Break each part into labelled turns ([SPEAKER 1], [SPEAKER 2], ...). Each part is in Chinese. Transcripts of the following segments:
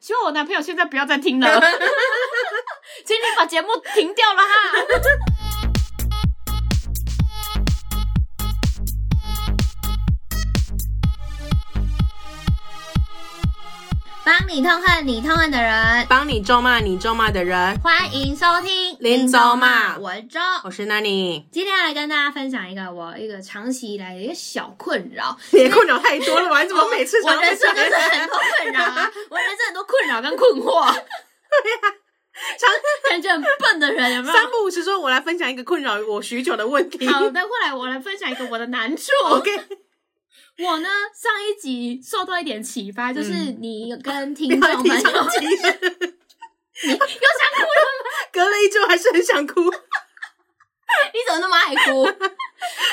[SPEAKER 1] 希望我男朋友现在不要再听了， 请你把节目停掉了哈。
[SPEAKER 2] 帮你痛恨你痛恨的人，
[SPEAKER 3] 帮你咒骂你咒骂的人。
[SPEAKER 2] 欢迎收听
[SPEAKER 3] 林州骂
[SPEAKER 2] 我是周。
[SPEAKER 3] 我是 Nanny，
[SPEAKER 2] 今天要来跟大家分享一个我一个长期以来的一个小困扰，
[SPEAKER 3] 你的困扰太多了吧？你怎么每次
[SPEAKER 2] 我
[SPEAKER 3] 都
[SPEAKER 2] 人生就是很多困扰 啊，我人生很多困扰跟困 惑，感觉很笨的人有没有？
[SPEAKER 3] 三不五时说，我来分享一个困扰我许久的问题。
[SPEAKER 2] 好的，后来我来分享一个我的难处。
[SPEAKER 3] OK，
[SPEAKER 2] 我呢，上一集受到一点启发，就是你跟听众
[SPEAKER 3] 不
[SPEAKER 2] 朋友，
[SPEAKER 3] 要
[SPEAKER 2] 你
[SPEAKER 3] 提
[SPEAKER 2] 又想
[SPEAKER 3] 长
[SPEAKER 2] 哭
[SPEAKER 3] 期，
[SPEAKER 2] 了吗？
[SPEAKER 3] 隔了一周还是很想哭。
[SPEAKER 2] 你怎么那么爱哭？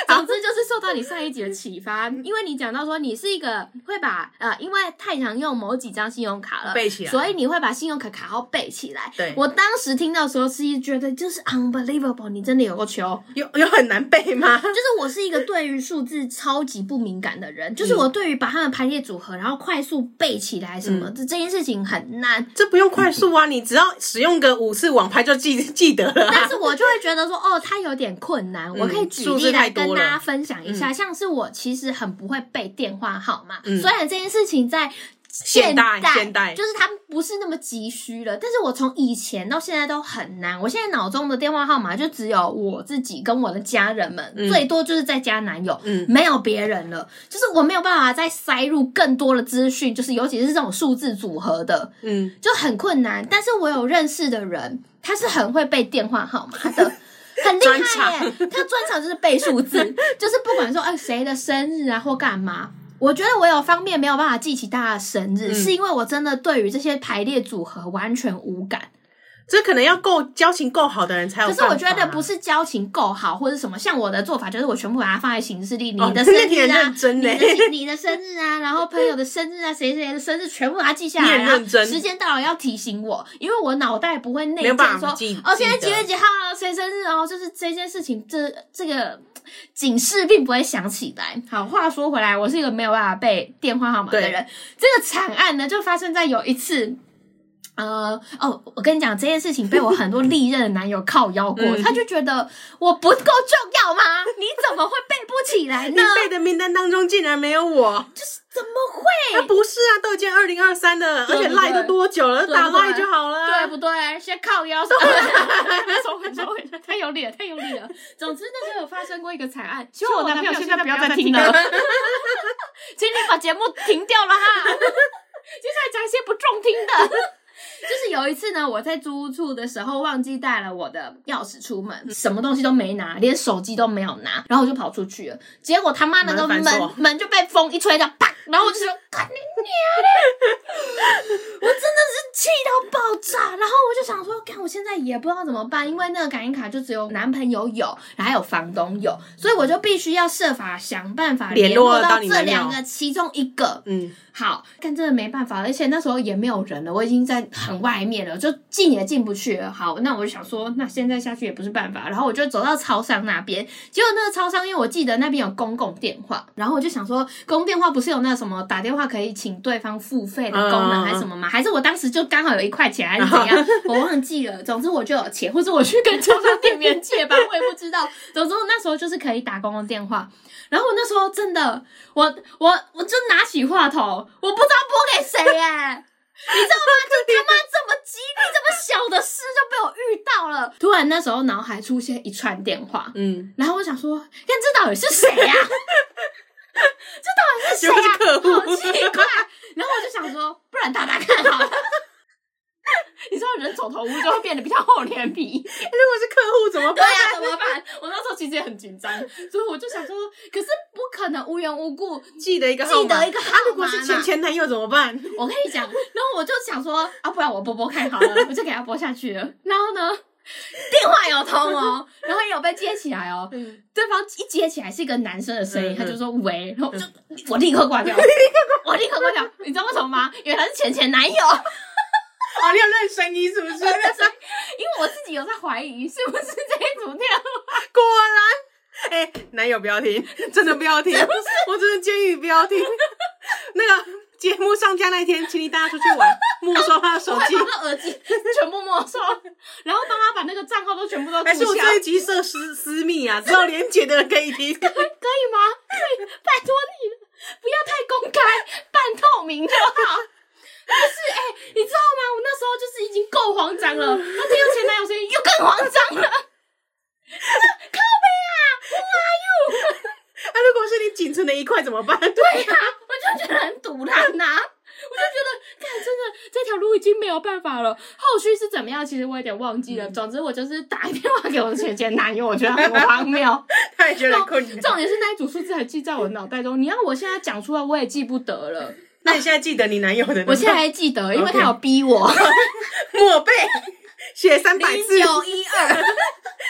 [SPEAKER 2] 总之就是受到你上一集的启发，因为你讲到说你是一个会把呃，因为太常用某几张信用卡了，
[SPEAKER 3] 背起来
[SPEAKER 2] 所以你会把信用卡卡号背起来。
[SPEAKER 3] 对
[SPEAKER 2] 我当时听到的时候是觉得就是 unbelievable，你真的有个球。
[SPEAKER 3] 有有很难背吗？
[SPEAKER 2] 就是我是一个对于数字超级不敏感的人，
[SPEAKER 3] 嗯
[SPEAKER 2] 就是我对于把它们排列组合，然后快速背起来什
[SPEAKER 3] 嗯
[SPEAKER 2] 么的、这件事情很难。
[SPEAKER 3] 这不用快速啊，你只要使用个五次网拍就记记得了啊、
[SPEAKER 2] 但是我就会觉得说，哦，它有点困难。我可以举
[SPEAKER 3] 嗯数
[SPEAKER 2] 例
[SPEAKER 3] 字
[SPEAKER 2] 来
[SPEAKER 3] 太多
[SPEAKER 2] 跟
[SPEAKER 3] 了
[SPEAKER 2] 大家分享一下，像是我其实很不会背电话号码，
[SPEAKER 3] 嗯
[SPEAKER 2] 虽然这件事情在。
[SPEAKER 3] 现代
[SPEAKER 2] 代
[SPEAKER 3] 现代
[SPEAKER 2] 就是它不是那么急需了，但是我从以前到现在都很难。我现在脑中的电话号码就只有我自己跟我的家人们，
[SPEAKER 3] 嗯
[SPEAKER 2] 最多就是在家男友，
[SPEAKER 3] 嗯
[SPEAKER 2] 没有别人了。就是我没有办法再塞入更多的资讯，就是尤其是这种数字组合的，
[SPEAKER 3] 嗯，
[SPEAKER 2] 就很困难。但是我有认识的人，他是很会背电话号码 的。很厉害耶、他专长就是背数字，就是不管说哎谁的生日啊或干嘛，我觉得我有方面没有办法记起大家的生日，
[SPEAKER 3] 嗯
[SPEAKER 2] 是因为我真的对于这些排列组合完全无感。
[SPEAKER 3] 这可能要够交情够好的人才
[SPEAKER 2] 可
[SPEAKER 3] 有办
[SPEAKER 2] 是
[SPEAKER 3] 法啊、
[SPEAKER 2] 我觉得不是交情够好或者什么，像我的做法就是我全部把它放在行事历，你的
[SPEAKER 3] 哦
[SPEAKER 2] 生
[SPEAKER 3] 那 你
[SPEAKER 2] 日
[SPEAKER 3] 很
[SPEAKER 2] 啊，
[SPEAKER 3] 认真欸
[SPEAKER 2] 你的
[SPEAKER 3] 嘞
[SPEAKER 2] 生你的生日啊，然后朋友的生日啊，谁谁的生日全部把它记下来，
[SPEAKER 3] 你很
[SPEAKER 2] 然后
[SPEAKER 3] 认真
[SPEAKER 2] 时间到了要提醒我，因为我脑袋不会内
[SPEAKER 3] 没有
[SPEAKER 2] 建
[SPEAKER 3] 办
[SPEAKER 2] 说
[SPEAKER 3] 法记
[SPEAKER 2] 哦，现在
[SPEAKER 3] 记
[SPEAKER 2] 几
[SPEAKER 3] 得
[SPEAKER 2] 月几号啊谁生日哦，就是这件事情这这个。警示并不会响起来。好，话说回来，我是一个没有办法背电话号码的
[SPEAKER 3] 对
[SPEAKER 2] 人。这个惨案呢，就发生在有一次，呃，哦，我跟你讲这件事情被我很多历任的男友靠腰过，
[SPEAKER 3] 嗯
[SPEAKER 2] 他就觉得我不够重要 吗？你怎么会背不起来
[SPEAKER 3] 你
[SPEAKER 2] 呢？
[SPEAKER 3] 背的名单当中竟然没有我，
[SPEAKER 2] 怎么会？
[SPEAKER 3] 那不是啊，都已经二零二三了，
[SPEAKER 2] 对
[SPEAKER 3] 而且
[SPEAKER 2] 不对
[SPEAKER 3] 赖都多久了，
[SPEAKER 2] 对不
[SPEAKER 3] 打
[SPEAKER 2] 对
[SPEAKER 3] 赖就好了啊。
[SPEAKER 2] 对不对？先靠 腰，收回来，收回，收回，太有理了，太有理了。总之，那时候有发生过一个惨案， 希
[SPEAKER 1] 希望
[SPEAKER 2] 望
[SPEAKER 1] 我
[SPEAKER 2] 我男
[SPEAKER 1] 男朋
[SPEAKER 2] 朋友
[SPEAKER 1] 友
[SPEAKER 2] 现
[SPEAKER 1] 现在
[SPEAKER 2] 在不
[SPEAKER 1] 不
[SPEAKER 2] 要
[SPEAKER 1] 要
[SPEAKER 2] 再
[SPEAKER 1] 再
[SPEAKER 2] 听
[SPEAKER 1] 听
[SPEAKER 2] 了
[SPEAKER 1] 了，
[SPEAKER 2] 请你把节目停掉了哈。 接下来讲一些不中听的。 就是有一次呢，我在租屋处的时候忘记带了我的钥匙出门，什么东西都没拿，连手机都没有拿，然后我就跑出去了。结果他妈那个
[SPEAKER 3] 门
[SPEAKER 2] 门
[SPEAKER 3] 反锁
[SPEAKER 2] 门就被风一吹掉，啪！然后我就说：“干你娘嘞！”我 真的是气到爆炸。然后我就想说：“看我现在也不知道怎么办，因为那个感应卡就只有男朋友有，然后还有房东有，所以我就必须要设法想办法
[SPEAKER 3] 联
[SPEAKER 2] 联络
[SPEAKER 3] 络
[SPEAKER 2] 到
[SPEAKER 3] 到你
[SPEAKER 2] 这
[SPEAKER 3] 男友
[SPEAKER 2] 两个其中一个。”
[SPEAKER 3] 嗯，
[SPEAKER 2] 好，但真的没办法，而且那时候也没有人了，我已经在很外面了，就进也进不去了。好，那我就想说，那现在下去也不是办法，然后我就走到超商那边，结果那个超商，因为我记得那边有公共电话，然后我就想说，公共电话不是有那什么打电话可以请对方付费的功能
[SPEAKER 3] 嗯嗯嗯
[SPEAKER 2] 还是什么吗？还是我当时就刚好有一块钱还是怎 样，我忘记了。总之我就有钱，或者我去跟超商店员借吧，我也不知道。总之我那时候就是可以打公共电话，然后我那时候真的，我我我就拿起话筒，我不知道拨给谁耶、 你知道吗？就他妈这么机密、这么小的事就被我遇到了。突然那时候脑海出现一串电话，
[SPEAKER 3] 嗯，
[SPEAKER 2] 然后我想说，看这到底是谁呀、这到底是谁
[SPEAKER 3] 结果
[SPEAKER 2] 呀、
[SPEAKER 3] 是客户
[SPEAKER 2] 好奇怪。然后我就想说，不然打打看好了。你知道人走投无路就会变得比较厚脸皮。
[SPEAKER 3] 如果是客户怎么
[SPEAKER 2] 对
[SPEAKER 3] 办？
[SPEAKER 2] 呀、怎么办？我那时候其实也很紧张，所以我就想说，可是不可能无缘无故。
[SPEAKER 3] 记得一个号码，
[SPEAKER 2] 记得一个号码
[SPEAKER 3] 啊如果是前前男友怎么办？
[SPEAKER 2] 我跟你讲，然后我就想说，啊，不然我拨拨看好了，我就给他拨下去了。然后 呢，电话有通哦，然后也有被接起来哦。
[SPEAKER 3] 嗯，
[SPEAKER 2] 对方一接起来是一个男生的声音，
[SPEAKER 3] 嗯
[SPEAKER 2] 他就说喂，然后我就我立刻挂 掉，我立刻挂掉。你知道为什么吗？因为他是前前男 友，
[SPEAKER 3] 哦，你有认声音是不是？ 果
[SPEAKER 2] 那时候因为我自己有在怀疑是不是这一组电话。
[SPEAKER 3] 然，哎、男友不要听， 真的不要听，我真的 建议不要听。那个节目上架那一天，请你大家出去玩，没收他
[SPEAKER 2] 耳机全部没收，然后帮他把那个账号都全部都注
[SPEAKER 3] 还是我
[SPEAKER 2] 销。
[SPEAKER 3] 这一集设私私密啊，只有连结的人可以听。
[SPEAKER 2] 可以吗？ 可以，拜托你了，不要太公开，半透明就好。不是，哎、你知道吗？我那时候就是已经够慌张了，那听到前男友声音又更慌张了。靠背啊！
[SPEAKER 3] 那、如果是你仅存的一块怎么办？对，
[SPEAKER 2] 对呀、我就觉得很堵烂呐、我就觉得，看，真的这条路已经没有办法了。后续是怎么样？其实我有点忘记了。总之，我就是打电话给我前前男友，我觉得很荒谬。
[SPEAKER 3] 他也觉得很困
[SPEAKER 2] 重
[SPEAKER 3] 难。
[SPEAKER 2] 点是那一组数字还记在我脑袋中，你要我现在讲出来，我也记不得了。
[SPEAKER 3] 那你现在记得你男友的那个？
[SPEAKER 2] 我现在还记得，因为他有逼 我。
[SPEAKER 3] 默背 写三百字，
[SPEAKER 2] 一二。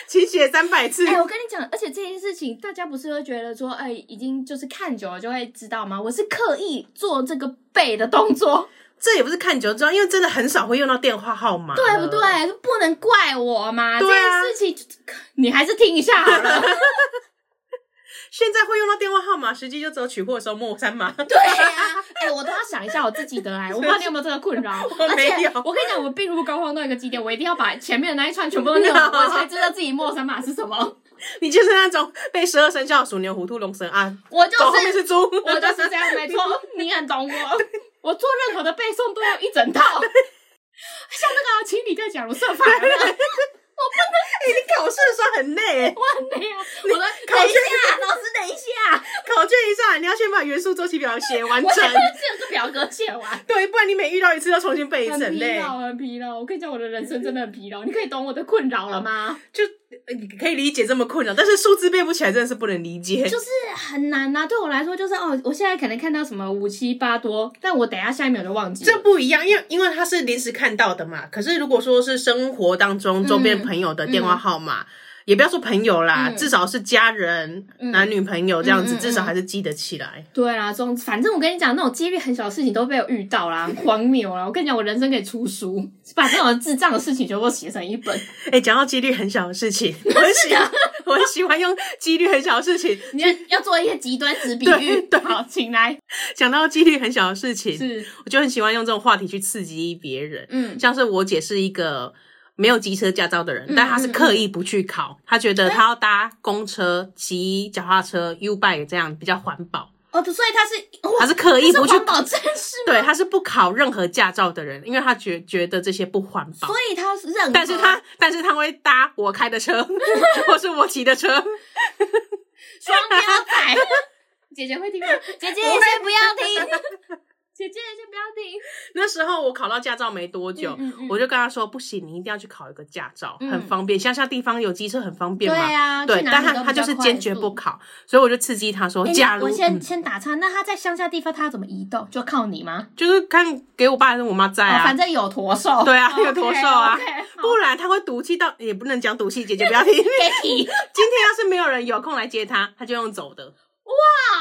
[SPEAKER 3] 请写三百次。
[SPEAKER 2] 哎，我跟你讲，而且这件事情，大家不是会觉得说，哎，已经就是看久了就会知道吗？我是刻意做这个背的动作，
[SPEAKER 3] 这也不是看久知道，因为真的很少会用到电话号码。
[SPEAKER 2] 对不对？不能怪我嘛。
[SPEAKER 3] 嗯对啊
[SPEAKER 2] 这件事情，你还是听一下好了。
[SPEAKER 3] 现在会用到电话号码，实际就只有取货的时候摸三码。
[SPEAKER 2] 对呀、哎、我都要想一下我自己的哎，我不知道你有没有这个困扰。
[SPEAKER 3] 我
[SPEAKER 2] 而且
[SPEAKER 3] 没有
[SPEAKER 2] 我跟你讲，我病入膏肓到一个极点，我一定要把前面的那一串全部都念完， 我才知道自己陌生码是什么。
[SPEAKER 3] 你就是那种被十二生肖属牛、虎、兔、龙、蛇啊，
[SPEAKER 2] 我就
[SPEAKER 3] 狗后
[SPEAKER 2] 是
[SPEAKER 3] 面是猪。
[SPEAKER 2] 我就是这样，没错， 你很懂我。我做任何的背诵都有一 整套，像那个情侣在讲设法，有没有我
[SPEAKER 3] 哎、你考试的时候很累、欸，
[SPEAKER 2] 很累啊！我说
[SPEAKER 3] 考
[SPEAKER 2] 等一
[SPEAKER 3] 卷
[SPEAKER 2] 下，老师等一下，
[SPEAKER 3] 考卷一下，你要先把元素周期表写完
[SPEAKER 2] 我
[SPEAKER 3] 整
[SPEAKER 2] 才。把这个表格写完。
[SPEAKER 3] 对，不然你每遇到一次要重新背一次，
[SPEAKER 2] 很
[SPEAKER 3] 很
[SPEAKER 2] 疲
[SPEAKER 3] 累。
[SPEAKER 2] 劳，很疲劳。我跟你讲，我的人生真的很疲劳。你可以懂我的困扰了吗？
[SPEAKER 3] 就呃你可以理解这么困扰，但是数字背不起来真的是不能理解。
[SPEAKER 2] 就是很难呐、对我来说， 就是哦，我现在可能看到什么五七八多，但我等一下下一秒就忘记了。
[SPEAKER 3] 这不一样，因为因为他是临时看到的嘛。可是如果说是生活当中周边朋友的电话号码，也不要说朋友啦，至少是家人、男女朋友这样
[SPEAKER 2] 嗯
[SPEAKER 3] 子，
[SPEAKER 2] 嗯嗯
[SPEAKER 3] 至少还是记得起来。
[SPEAKER 2] 对啦，总反正我跟你讲，那种几率很小的事情都被我遇到啦，很荒谬啦！我跟你讲，我人生可以出书，把这种智障的事情全部写成一本。
[SPEAKER 3] 哎、讲到几率很小的事情，我很喜欢，我很喜欢用几率很小的事情
[SPEAKER 2] 你要要做一些极端值比
[SPEAKER 3] 对
[SPEAKER 2] 喻，
[SPEAKER 3] 对
[SPEAKER 2] 好，请 来
[SPEAKER 3] 讲到几率很小的事情，
[SPEAKER 2] 是
[SPEAKER 3] 我就很喜欢用这种话题去刺激别人。
[SPEAKER 2] 嗯
[SPEAKER 3] 像是我姐是一个没有机车驾照的人，
[SPEAKER 2] 嗯哎
[SPEAKER 3] 但她是刻意不去考，她觉得她要搭公车、骑脚踏车、U bike 这样比较环保，
[SPEAKER 2] 哦，所以他是
[SPEAKER 3] 她
[SPEAKER 2] 哇，
[SPEAKER 3] 是刻意
[SPEAKER 2] 是
[SPEAKER 3] 不去
[SPEAKER 2] 环。保战士吗？
[SPEAKER 3] 对，她是不考任何驾照的人，因为她觉觉得这些不环保
[SPEAKER 2] 所。以他是任何，
[SPEAKER 3] 但是她，但是她会搭我开 的车，或是我骑的车。
[SPEAKER 2] 双标仔。 姐姐会听吗？ 姐姐先不要听， 姐姐先不要听。
[SPEAKER 3] 那时候我考到驾照没多久，
[SPEAKER 2] 嗯嗯嗯
[SPEAKER 3] 我 就跟她说：“不行，你一定要去考一个驾照，
[SPEAKER 2] 嗯
[SPEAKER 3] 很方便。乡下地方有机车很方
[SPEAKER 2] 对
[SPEAKER 3] 便嘛。
[SPEAKER 2] 啊，
[SPEAKER 3] 对，
[SPEAKER 2] 去哪
[SPEAKER 3] 但
[SPEAKER 2] 里
[SPEAKER 3] 他
[SPEAKER 2] 都
[SPEAKER 3] 他
[SPEAKER 2] 比较
[SPEAKER 3] 就是
[SPEAKER 2] 快
[SPEAKER 3] 坚决
[SPEAKER 2] 速
[SPEAKER 3] 不考，所以我就刺激他说，
[SPEAKER 2] 哎
[SPEAKER 3] 假
[SPEAKER 2] 那
[SPEAKER 3] 如、
[SPEAKER 2] 我先
[SPEAKER 3] 嗯、
[SPEAKER 2] 先打岔，那他在乡下地方，他怎么移动？就靠你吗？
[SPEAKER 3] 就是看给我爸还是我妈在
[SPEAKER 2] 哦，
[SPEAKER 3] 啊，
[SPEAKER 2] 反正有驼兽，
[SPEAKER 3] 对 啊，
[SPEAKER 2] OK，
[SPEAKER 3] 有多瘦啊
[SPEAKER 2] OK，好
[SPEAKER 3] 不然他会赌气到也不能讲赌气，姐姐不 要听。今
[SPEAKER 2] 给你
[SPEAKER 3] 天要是没有人有空来接他，他就用走
[SPEAKER 2] 哦
[SPEAKER 3] 的，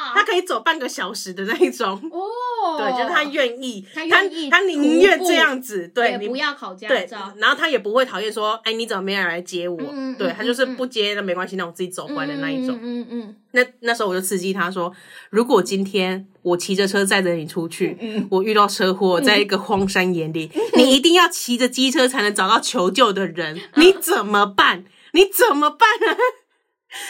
[SPEAKER 2] 啊
[SPEAKER 3] 他可以走半个小时的那一种。
[SPEAKER 2] 哦，
[SPEAKER 3] 对，就是他愿意，
[SPEAKER 2] 他
[SPEAKER 3] 他
[SPEAKER 2] 愿意
[SPEAKER 3] 他宁愿
[SPEAKER 2] 徒步
[SPEAKER 3] 这样子，对，
[SPEAKER 2] 也
[SPEAKER 3] 你
[SPEAKER 2] 不要考驾
[SPEAKER 3] 对
[SPEAKER 2] 照，，
[SPEAKER 3] 然后他也不会讨厌说，哎，你怎么没有人来接我？
[SPEAKER 2] 哦嗯嗯
[SPEAKER 3] 对
[SPEAKER 2] 嗯
[SPEAKER 3] 他就是
[SPEAKER 2] 嗯嗯
[SPEAKER 3] 不接，那没关系，那我自己走回来的那一种。
[SPEAKER 2] 嗯嗯嗯
[SPEAKER 3] 那那时候我就刺激他说，如果今天我骑着车载着你出去，
[SPEAKER 2] 嗯
[SPEAKER 3] 我遇到车祸，在一个荒山野岭， 你一定要骑着机车才能找到求救的人，你怎么办？你怎么办啊？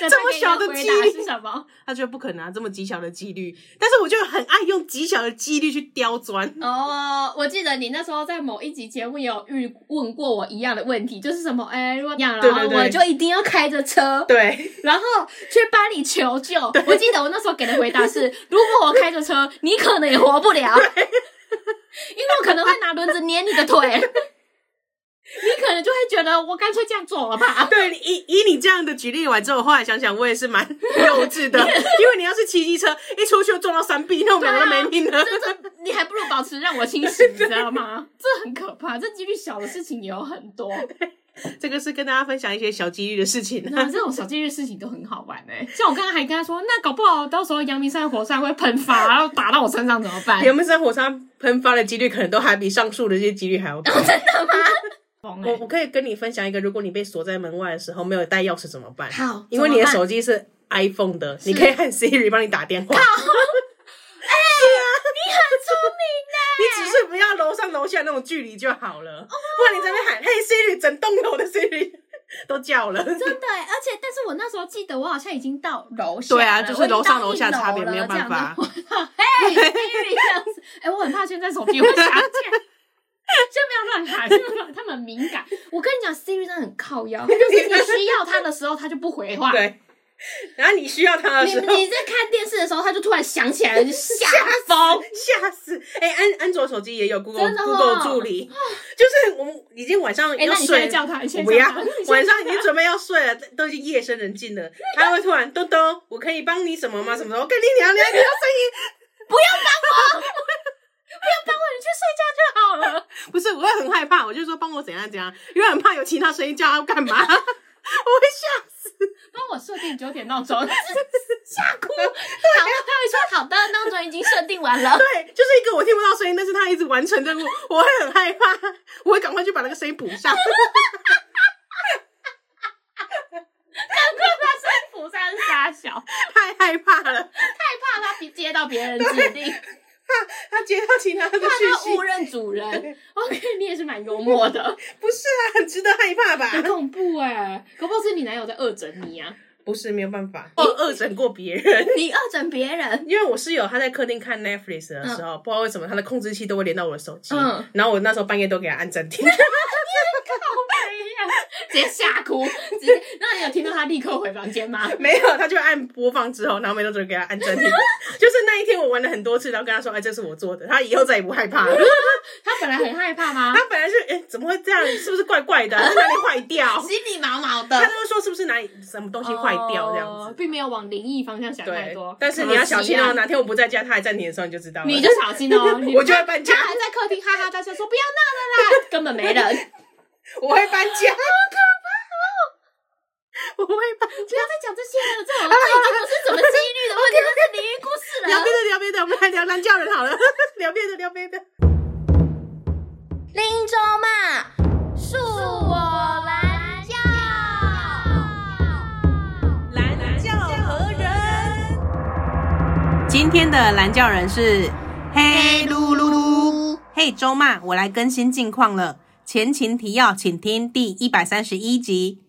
[SPEAKER 2] 嗯，
[SPEAKER 3] 这么小的
[SPEAKER 2] 回
[SPEAKER 3] 几
[SPEAKER 2] 答
[SPEAKER 3] 率
[SPEAKER 2] 是什么？
[SPEAKER 3] 他觉得不可能啊，这么极小的几率。但是我就很爱用极小的几率去刁 钻。
[SPEAKER 2] 哦，我记得你那时候在某一集节目有遇问过我一样的问题，就是什么，哎，如果这样，
[SPEAKER 3] 对
[SPEAKER 2] 然
[SPEAKER 3] 对
[SPEAKER 2] 后
[SPEAKER 3] 对
[SPEAKER 2] 我就一定要开着车，
[SPEAKER 3] 对，
[SPEAKER 2] 然后去帮你求救。我记得我那时候给的回答 是：如果我开着车，你可能也活不了，因为我可能会拿轮子碾你的腿，你可能就会觉得我干脆这样走了吧。
[SPEAKER 3] 啊对，以以你这样的举例完之后，我后来想想，我也是 蛮幼稚的，因为你要是骑机车一出去就撞到山壁，那我们两个都没命了。
[SPEAKER 2] 这这，你还不如保持让我清醒，你知道吗？这很可怕，这几率小的事情也有很多，
[SPEAKER 3] 这个是跟大家分享一些小几率的事情、
[SPEAKER 2] 那
[SPEAKER 3] 啊。
[SPEAKER 2] 这种小几率事情都很好玩哎、像我刚刚还跟他说，那搞不好到时候阳明山火山会喷发，然后打到我身上怎么办？
[SPEAKER 3] 有没有在火山喷发的几率，可能都还比上述的这些几率还要高。
[SPEAKER 2] 哦疯欸
[SPEAKER 3] 我我可以跟你分享一个，如果你被锁在门外的时候没有带钥匙怎么办？
[SPEAKER 2] 好
[SPEAKER 3] 因为你的
[SPEAKER 2] 怎么办
[SPEAKER 3] 手机是 iPhone 的，你可以喊 Siri 帮你 打电话。
[SPEAKER 2] 哎
[SPEAKER 3] 啊
[SPEAKER 2] 你很聪明呢、欸
[SPEAKER 3] 你只是不要楼上楼下那种距离就好
[SPEAKER 2] 哦
[SPEAKER 3] 了。不然你在那边喊“嘿 Siri”，整栋楼的 Siri 都叫了。
[SPEAKER 2] 真的欸，而且但是我那时候记得，我好像已经到楼下了，
[SPEAKER 3] 对啊就是
[SPEAKER 2] 我已经
[SPEAKER 3] 楼上
[SPEAKER 2] 到
[SPEAKER 3] 楼下
[SPEAKER 2] 一
[SPEAKER 3] 差别
[SPEAKER 2] 了
[SPEAKER 3] 没有办法
[SPEAKER 2] 这样子我靠嘿 Siri 这样子，哎、我很怕现在手机会下架。先不要乱喊，先不要乱，他们很敏感。我跟你讲，Siri 真的很靠腰，就是你需要他的时候，他就不回 话。
[SPEAKER 3] 对，然后你需要他的
[SPEAKER 2] 你
[SPEAKER 3] 时候，
[SPEAKER 2] 你在看电视的时候，他就突然想起来了，就吓 疯。
[SPEAKER 3] 吓死！哎、安安卓手机也有 Google
[SPEAKER 2] 真的哦
[SPEAKER 3] Google 助 理，就是我们已经晚上
[SPEAKER 2] 哎、
[SPEAKER 3] 要
[SPEAKER 2] 那你现
[SPEAKER 3] 睡
[SPEAKER 2] 在
[SPEAKER 3] 了，
[SPEAKER 2] 叫他，你现
[SPEAKER 3] 不
[SPEAKER 2] 在叫
[SPEAKER 3] 要
[SPEAKER 2] 他， 你现在
[SPEAKER 3] 晚上已经准备要睡了，都已经夜深人静了，他会突然咚咚，我可以帮你什么吗？什么的，我跟你聊聊，你的声
[SPEAKER 2] 帮我，你去睡觉就好了。
[SPEAKER 3] 音不是，我会很害怕，我就说帮我怎样怎样，因为很怕有其他声音叫他干嘛， 我会吓死。
[SPEAKER 2] 帮我设定九点 闹钟，吓哭。好，他
[SPEAKER 3] 啊
[SPEAKER 2] 会说好的，闹钟已经设定完 了。
[SPEAKER 3] 对，就是一个我听不到声音，但是他一直完成任务，我会很害怕，我会赶快去把那个声音补上。
[SPEAKER 2] 他是菩萨是傻小，
[SPEAKER 3] 太害怕了，
[SPEAKER 2] 害怕他接到别人指令，
[SPEAKER 3] 他接到其他
[SPEAKER 2] 怕
[SPEAKER 3] 的讯
[SPEAKER 2] 他
[SPEAKER 3] 息
[SPEAKER 2] 误，认主人。OK，你也是蛮幽默的，
[SPEAKER 3] 不是啊，很值得害怕吧？
[SPEAKER 2] 很恐怖哎、可不好是你男友在恶整你啊？
[SPEAKER 3] 不是没有办法，我恶整过别人。
[SPEAKER 2] 你恶整别人，
[SPEAKER 3] 因为我室友他在客厅看 Netflix 的时候，不知道为什么他的控制器都会连到我的手机，
[SPEAKER 2] 嗯
[SPEAKER 3] 然后我那时候半夜都给他按暂停，
[SPEAKER 2] 直接吓哭，直接。那你有听到他立刻回房间吗？
[SPEAKER 3] 没有，他就按播放之后，然后没多久给他按 暂停，就是那一天我玩了很多次，然后跟他说，哎，这是我做的，他以后再也不害怕了。
[SPEAKER 2] 他本来很害怕吗？
[SPEAKER 3] 他本来是，哎，怎么会这样？是不是怪怪的？是哪里坏 掉？
[SPEAKER 2] 心里毛毛
[SPEAKER 3] 他
[SPEAKER 2] 的，
[SPEAKER 3] 都会说是不是哪里什么东西坏掉这样
[SPEAKER 2] 啊哦
[SPEAKER 3] 子。
[SPEAKER 2] 并没有往灵异方向想太
[SPEAKER 3] 对
[SPEAKER 2] 多。，
[SPEAKER 3] 但是你要小心
[SPEAKER 2] 可惜啊
[SPEAKER 3] 哦，哪天我不在家，他还暂停的时候你就知道了。
[SPEAKER 2] 你就小心哦。你
[SPEAKER 3] 我就会 搬家
[SPEAKER 2] 他还在客厅哈哈大笑说：“不要闹了啦，根本没人， 不
[SPEAKER 3] 我会搬 家，哦我会搬家。
[SPEAKER 2] 要再讲这些了，这种这已经不是什么几率的问题，这是灵异故事
[SPEAKER 3] 聊
[SPEAKER 2] 了
[SPEAKER 3] 别。的，聊别的，我们来聊蓝教人好了， 聊别的，聊别的。”
[SPEAKER 2] 林州嘛，恕我蓝教。
[SPEAKER 3] 蓝教何人？今天的蓝教人是嘿噜噜噜，嘿周骂，我来更新近况了。前情提要，请听第一百三十一集。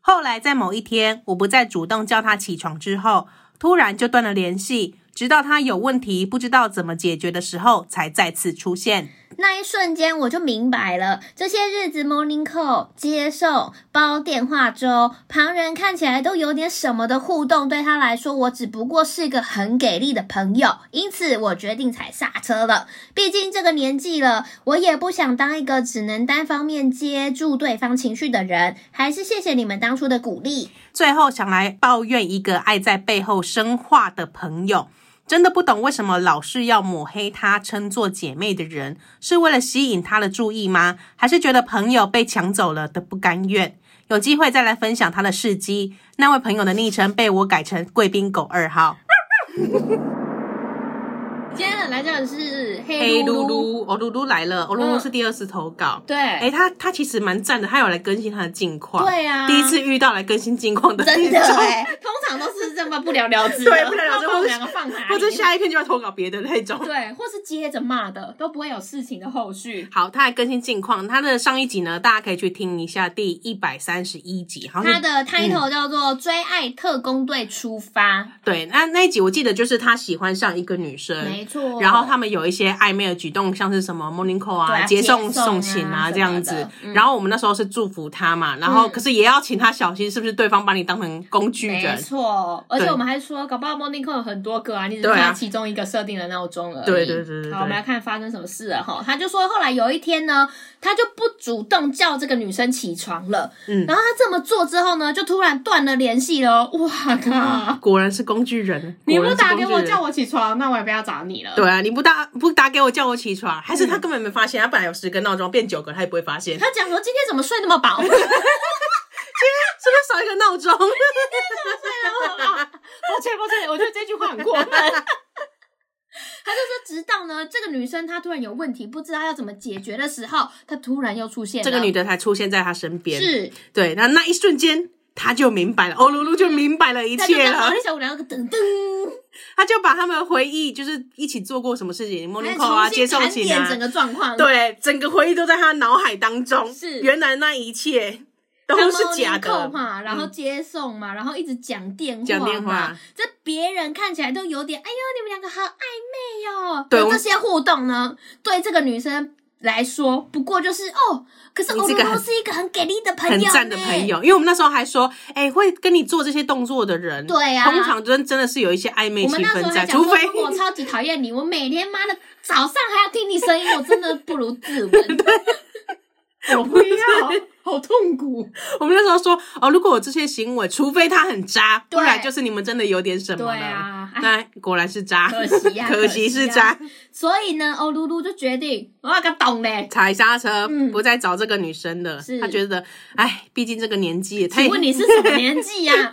[SPEAKER 3] 后来在某一天，我不再主动叫他起床之后，突然就断了联系，直到他有问题不知道怎么解决的时候，才再次出现。
[SPEAKER 4] 那一瞬间我就明白了，这些日子 morning call 接送、煲电话粥，旁人看起来都有点什么的互动，对他来说，我只不过是个很给力的朋友。因此，我决定踩刹车了。毕竟这个年纪了，我也不想当一个只能单方面接住对方情绪的人。还是谢谢你们当初的鼓励。
[SPEAKER 3] 最后想来抱怨一个爱在背后生化的朋友，真的不懂为什么老是要抹黑她称作姐妹的人，是为了吸引她的注意吗？还是觉得朋友被抢走了的不甘愿？有机会再来分享她的事迹。那位朋友的昵称被我改成贵宾狗二号。
[SPEAKER 2] 今天的来讲的是黑噜噜，
[SPEAKER 3] 噜噜，哦噜噜来了，哦噜噜是第二次投稿。哎、
[SPEAKER 2] 嗯对，
[SPEAKER 3] 他他其实蛮赞的，他有来更新他的近况。
[SPEAKER 2] 对啊
[SPEAKER 3] 第一次遇到来更新近 况的
[SPEAKER 2] 真
[SPEAKER 3] 听
[SPEAKER 2] 的
[SPEAKER 3] 众
[SPEAKER 2] 哎，通常都是这么不了了之的，
[SPEAKER 3] 对不了了之
[SPEAKER 2] 把我
[SPEAKER 3] 或
[SPEAKER 2] 们
[SPEAKER 3] 是
[SPEAKER 2] 两个放哪里？
[SPEAKER 3] 或者下一篇就要投稿别的那种。
[SPEAKER 2] 对，或是接着骂的，都不会有事情的后续。
[SPEAKER 3] 好，他还更新近况。他的上一集呢，大家可以去听一下第一百三十一集。好像
[SPEAKER 4] 它
[SPEAKER 3] 是
[SPEAKER 4] 的 title 叫做《追爱特工队出发》，
[SPEAKER 3] 对，那那一集我记得就是他喜欢上一个女生，
[SPEAKER 4] 没错。
[SPEAKER 3] 嗯然后他们有一些暧昧的举动，像是什么 morning call
[SPEAKER 4] 对
[SPEAKER 3] 啊、
[SPEAKER 4] 啊
[SPEAKER 3] 接送
[SPEAKER 4] 接送啊
[SPEAKER 3] 送情
[SPEAKER 4] 什
[SPEAKER 3] 啊
[SPEAKER 4] 么的
[SPEAKER 3] 这样子。然后我们那时候是祝福他嘛，然后可是也要请他小心，是不是对方把你当成工具
[SPEAKER 2] 没
[SPEAKER 3] 人？
[SPEAKER 2] 错，而且
[SPEAKER 3] 对
[SPEAKER 2] 我们还说，搞不好 morning call 有很多个啊，你只
[SPEAKER 3] 对
[SPEAKER 2] 是
[SPEAKER 3] 啊
[SPEAKER 2] 他其中一个设定的闹钟而已。
[SPEAKER 3] 对对对对
[SPEAKER 2] 好，我们来
[SPEAKER 3] 对。
[SPEAKER 2] 看发生什么事了哈。他就说，后来有一天呢，他就不主动叫这个女生起床了。
[SPEAKER 3] 嗯
[SPEAKER 2] 然后他这么做之后呢，就突然断了联系了哦。哇靠！
[SPEAKER 3] 果然是工具人，
[SPEAKER 2] 你
[SPEAKER 3] 果然
[SPEAKER 2] 不
[SPEAKER 3] 是
[SPEAKER 2] 打给
[SPEAKER 3] 工
[SPEAKER 2] 我
[SPEAKER 3] 具人
[SPEAKER 2] 叫我起床，那我也不要找你了。
[SPEAKER 3] 对啊，你不打不打给我叫我起床，还是他根本没发现？他本来有十个闹钟变九个，他也不会发现，是
[SPEAKER 2] 他讲说今天怎么睡那么饱？ 对
[SPEAKER 3] 不是少一个闹钟？
[SPEAKER 2] 然后啊，抱歉抱歉，我觉得这句话很过分。
[SPEAKER 4] 他就说，直到呢这个女生她突然有问题，不知道要怎么解决的时候，她突然又出现了。
[SPEAKER 3] 这个女的才出现在他身边。
[SPEAKER 4] 是
[SPEAKER 3] 对，那那一瞬间，他就明白了，欧露露就明白了一
[SPEAKER 2] 他就
[SPEAKER 3] 切啊
[SPEAKER 2] 跟
[SPEAKER 3] 了
[SPEAKER 2] 黄，小五两个噔噔，
[SPEAKER 3] 他就把他们回忆，就是一起做过什么事情，莫妮
[SPEAKER 2] 还
[SPEAKER 3] 克啊，
[SPEAKER 2] 重
[SPEAKER 3] 接
[SPEAKER 2] 新
[SPEAKER 3] 送
[SPEAKER 2] 盘
[SPEAKER 3] 情啊
[SPEAKER 2] 点，整个状况。
[SPEAKER 3] 对，整个回忆都在他脑海当中。
[SPEAKER 2] 是
[SPEAKER 3] 原来那一切
[SPEAKER 2] 然
[SPEAKER 3] 都
[SPEAKER 2] 后
[SPEAKER 3] 是假
[SPEAKER 2] 扣
[SPEAKER 3] 的。
[SPEAKER 2] 嘛，然后接送嘛，然后一直讲电话，
[SPEAKER 3] 讲电话，
[SPEAKER 2] 这别人看起来都有点，哎呦，你们两个好暧昧哟、哦。
[SPEAKER 3] 对
[SPEAKER 2] 那
[SPEAKER 3] 我
[SPEAKER 2] 这些互动呢，对这个女生来说，不过就是哦，可是
[SPEAKER 3] 你
[SPEAKER 2] 欧
[SPEAKER 3] 这
[SPEAKER 2] 露
[SPEAKER 3] 个
[SPEAKER 2] 露
[SPEAKER 3] 很
[SPEAKER 2] 是一个很给力的朋友，
[SPEAKER 3] 很赞的朋。友，因为我们那时候还说，哎、会跟你做这些动作的人，
[SPEAKER 2] 对啊
[SPEAKER 3] 通常真真的是有一些暧昧
[SPEAKER 2] 我
[SPEAKER 3] 气
[SPEAKER 2] 们那时候
[SPEAKER 3] 氛在，
[SPEAKER 2] 还讲
[SPEAKER 3] 除
[SPEAKER 2] 说，
[SPEAKER 3] 非
[SPEAKER 2] 我超级讨厌你，我每天妈的早上还要听你声音，我真的不如自 刎。啊
[SPEAKER 1] 我不要，好痛苦。
[SPEAKER 3] 我们那时候说，哦，如果有这些行为，除非他很渣，不
[SPEAKER 2] 对
[SPEAKER 3] 然就是你们真的有点什么
[SPEAKER 2] 对
[SPEAKER 3] 了。
[SPEAKER 2] 啊， 哎
[SPEAKER 3] 那果然是渣，
[SPEAKER 2] 可惜啊呀、
[SPEAKER 3] 可惜是渣
[SPEAKER 2] 呀，所以呢，哦欧露露就决定，我要个懂嘞。
[SPEAKER 3] 踩刹车，
[SPEAKER 2] 嗯
[SPEAKER 3] 不再找这个女生了
[SPEAKER 2] 是。
[SPEAKER 3] 他觉得，哎，毕竟这个年纪也太……
[SPEAKER 2] 请问你是什么年纪呀、 啊？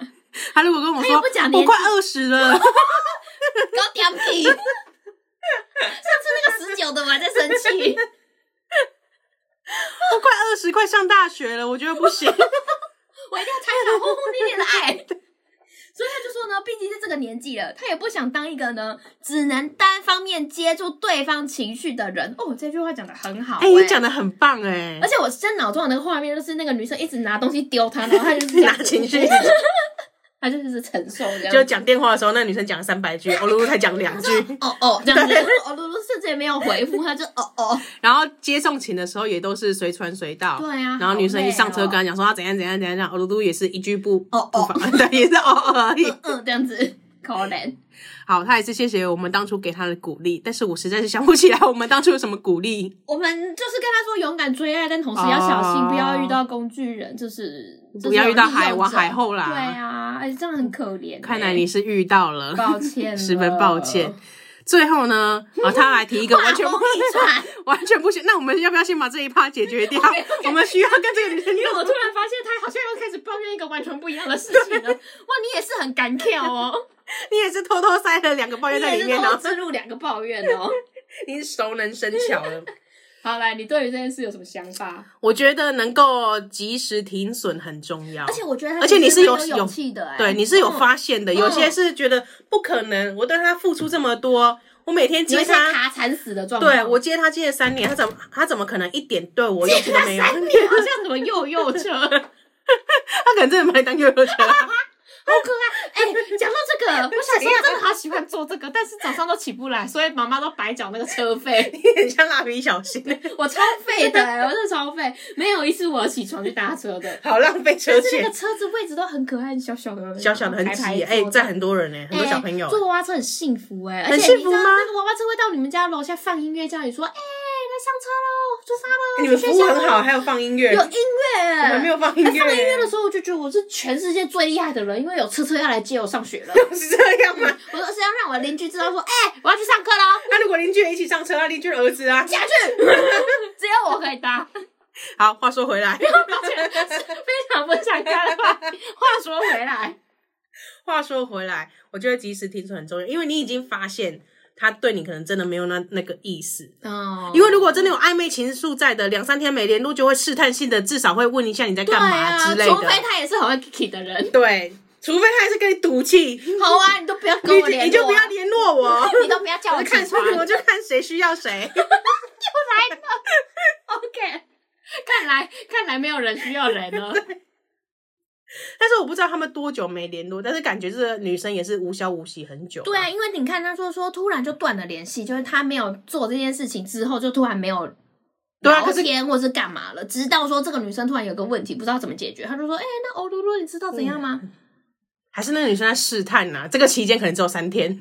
[SPEAKER 3] 他如果跟我
[SPEAKER 2] 他又
[SPEAKER 3] 说哦
[SPEAKER 2] 不讲，年纪
[SPEAKER 3] 我快二 十了，
[SPEAKER 2] 高点皮。上次那个十九的我还在生气，
[SPEAKER 3] 我快二十，快上大学了，我觉得 不行。
[SPEAKER 2] 我一定要哦参与到轰轰烈烈的爱。所以他就说呢，毕竟是这个年纪了，他也不想当一个呢只能单方面接住对方情绪的人。 哦，这句话讲的很好、
[SPEAKER 3] 哎、
[SPEAKER 2] 欸，
[SPEAKER 3] 你讲的很棒哎、
[SPEAKER 2] 而且我现在脑中的那个画面就是那个女生一直拿东西丢他，然后他就是这样
[SPEAKER 3] 拿 情绪，
[SPEAKER 2] 他就是承受这样
[SPEAKER 3] 就
[SPEAKER 2] 子。
[SPEAKER 3] 讲电话的时候，那女生讲 三百句，欧露露才讲两句，
[SPEAKER 2] 哦哦，这样子，哦露露甚至也没有回复，他就哦哦，
[SPEAKER 3] 然后接送情的时候也都是随传随到。
[SPEAKER 2] 对啊
[SPEAKER 3] 然后女生一上车
[SPEAKER 2] 好累哦
[SPEAKER 3] 跟他讲说啊她怎样怎样怎样怎样，欧露露也是一句不
[SPEAKER 2] 哦哦
[SPEAKER 3] 不发 对，也是哦哦而已。
[SPEAKER 2] 嗯嗯，这样子，可怜。
[SPEAKER 3] 好，他也是谢谢我们当初给他的鼓励，但是我实在是想不起来我们当初有什么鼓励。
[SPEAKER 2] 我们就是跟他说勇敢追爱，但同时要小心，
[SPEAKER 3] 哦
[SPEAKER 2] 不要遇到工具人，就是
[SPEAKER 3] 不要遇到海王
[SPEAKER 2] 王
[SPEAKER 3] 海后啦
[SPEAKER 2] 对啊，哎，这样很可怜欸。
[SPEAKER 3] 看来你是遇到了，
[SPEAKER 2] 抱歉了，
[SPEAKER 3] 十分抱歉。最后呢，啊、他来提一个完全不
[SPEAKER 2] 话锋一转
[SPEAKER 3] 完全不行。那我们要不要先把这一趴解决掉？我们需要跟这个女生
[SPEAKER 1] 因为
[SPEAKER 3] 聊
[SPEAKER 1] 我突然发现他好像又开始抱怨一个完全不一样的事情了。哇，你也是很敢跳哦，
[SPEAKER 3] 你也是偷偷塞了两个抱怨
[SPEAKER 2] 你
[SPEAKER 3] 在
[SPEAKER 2] 也
[SPEAKER 3] 里
[SPEAKER 2] 是
[SPEAKER 3] 面，然
[SPEAKER 2] 偷
[SPEAKER 3] 后
[SPEAKER 2] 自入两个抱怨哦。
[SPEAKER 3] 你是熟能生巧了。
[SPEAKER 1] 好， 来，你对于这件事有什么想法？
[SPEAKER 3] 我觉得能够及时停损很重要，
[SPEAKER 2] 而且我觉得他
[SPEAKER 3] 而且你是
[SPEAKER 2] 是
[SPEAKER 3] 有
[SPEAKER 2] 蛮
[SPEAKER 3] 有
[SPEAKER 2] 勇气的，哎，
[SPEAKER 3] 对你是有
[SPEAKER 2] 嗯，
[SPEAKER 3] 发现的，有些是觉得不可能，我对他付出这么多，我每天
[SPEAKER 2] 有
[SPEAKER 3] 接
[SPEAKER 2] 一些
[SPEAKER 3] 他。
[SPEAKER 2] 卡惨死的状况。
[SPEAKER 3] 对我接他接了三年，他怎么他怎么可能一点对我用处都没有？他
[SPEAKER 1] 好像什么幼幼 车，
[SPEAKER 3] 可能真的把你当幼幼车 啊，
[SPEAKER 2] 哎，讲到这个，
[SPEAKER 1] 我 小时候真的好喜欢做这个，但是早上都起不来，所以妈妈都白缴那个车费。
[SPEAKER 3] 你很像蜡笔小新，
[SPEAKER 2] 我超废的，哎我真的超废，没有一次我起床去搭车的。
[SPEAKER 3] 好浪费车
[SPEAKER 2] 但是那
[SPEAKER 3] 钱
[SPEAKER 2] 个。车子位置都很可爱，小小的，
[SPEAKER 3] 小小的很挤
[SPEAKER 2] 排排
[SPEAKER 3] 耶，
[SPEAKER 2] 坐
[SPEAKER 3] 哎，载很多人呢，很多
[SPEAKER 2] 哎
[SPEAKER 3] 小朋友。
[SPEAKER 2] 坐娃娃车很幸福哎、而
[SPEAKER 3] 很
[SPEAKER 2] 且你
[SPEAKER 3] 幸
[SPEAKER 2] 知
[SPEAKER 3] 福
[SPEAKER 2] 道
[SPEAKER 3] 吗
[SPEAKER 2] 那个娃娃车会到你们家楼下放音乐，叫你说：“哎、来上车喽，出发喽！”
[SPEAKER 3] 哎你们服务
[SPEAKER 2] 去学校
[SPEAKER 3] 很
[SPEAKER 2] 喽
[SPEAKER 3] 好，还有放音乐，
[SPEAKER 2] 有音乐、
[SPEAKER 3] 我们没有放音乐欸
[SPEAKER 2] 哎放音乐的时候，我就觉得我是全世界最厉害的人，因为有车车要来接我上学 了。
[SPEAKER 3] 是这样 吗？
[SPEAKER 2] 我说是要让我邻居知道说：“哎、我要去上课喽，
[SPEAKER 3] 那如果邻居也一起上车，那邻居的儿子啊。
[SPEAKER 2] 下去。” 只有我可以搭，
[SPEAKER 3] 好，话说回来，
[SPEAKER 2] 非常不想搭的话。话说回来，
[SPEAKER 3] 话说回来，我觉得及时停损很重要，因为你已经发现他对你可能真的没有那那个意思。
[SPEAKER 2] 哦
[SPEAKER 3] 因为如果真的有暧昧情愫在的，两三天没联络，就会试探性的至少会问一下你在
[SPEAKER 2] 对
[SPEAKER 3] 干嘛
[SPEAKER 2] 啊，
[SPEAKER 3] 之类
[SPEAKER 2] 除非
[SPEAKER 3] 的。
[SPEAKER 2] 他也是很会 kiki 的 人。
[SPEAKER 3] 对，除非他还是跟你赌气，
[SPEAKER 2] 好啊，你都不要跟我
[SPEAKER 3] 你就
[SPEAKER 2] 联络啊，
[SPEAKER 3] 你就不要联 络我，
[SPEAKER 2] 你都不要叫
[SPEAKER 3] 我
[SPEAKER 2] 我
[SPEAKER 3] 就
[SPEAKER 2] 起
[SPEAKER 3] 看
[SPEAKER 2] 床。
[SPEAKER 3] 我就看谁需要谁。
[SPEAKER 1] OK，看来看来没有人需要人了。
[SPEAKER 3] 但是我不知道他们多久没联络，但是感觉这个女生也是无消无息很久。
[SPEAKER 2] 对啊，，因为你看他说说突然就断了联系，就是他没有做这件事情之后，就突然没有
[SPEAKER 3] 对啊
[SPEAKER 2] 聊
[SPEAKER 3] 可是
[SPEAKER 2] 天或是干嘛了，直到说这个女生突然有个问题，不知道怎么解决，他就说：“哎、那欧露露，你知道怎样吗？
[SPEAKER 3] 还是那个女生在试探呐、这个期间可能只有三天，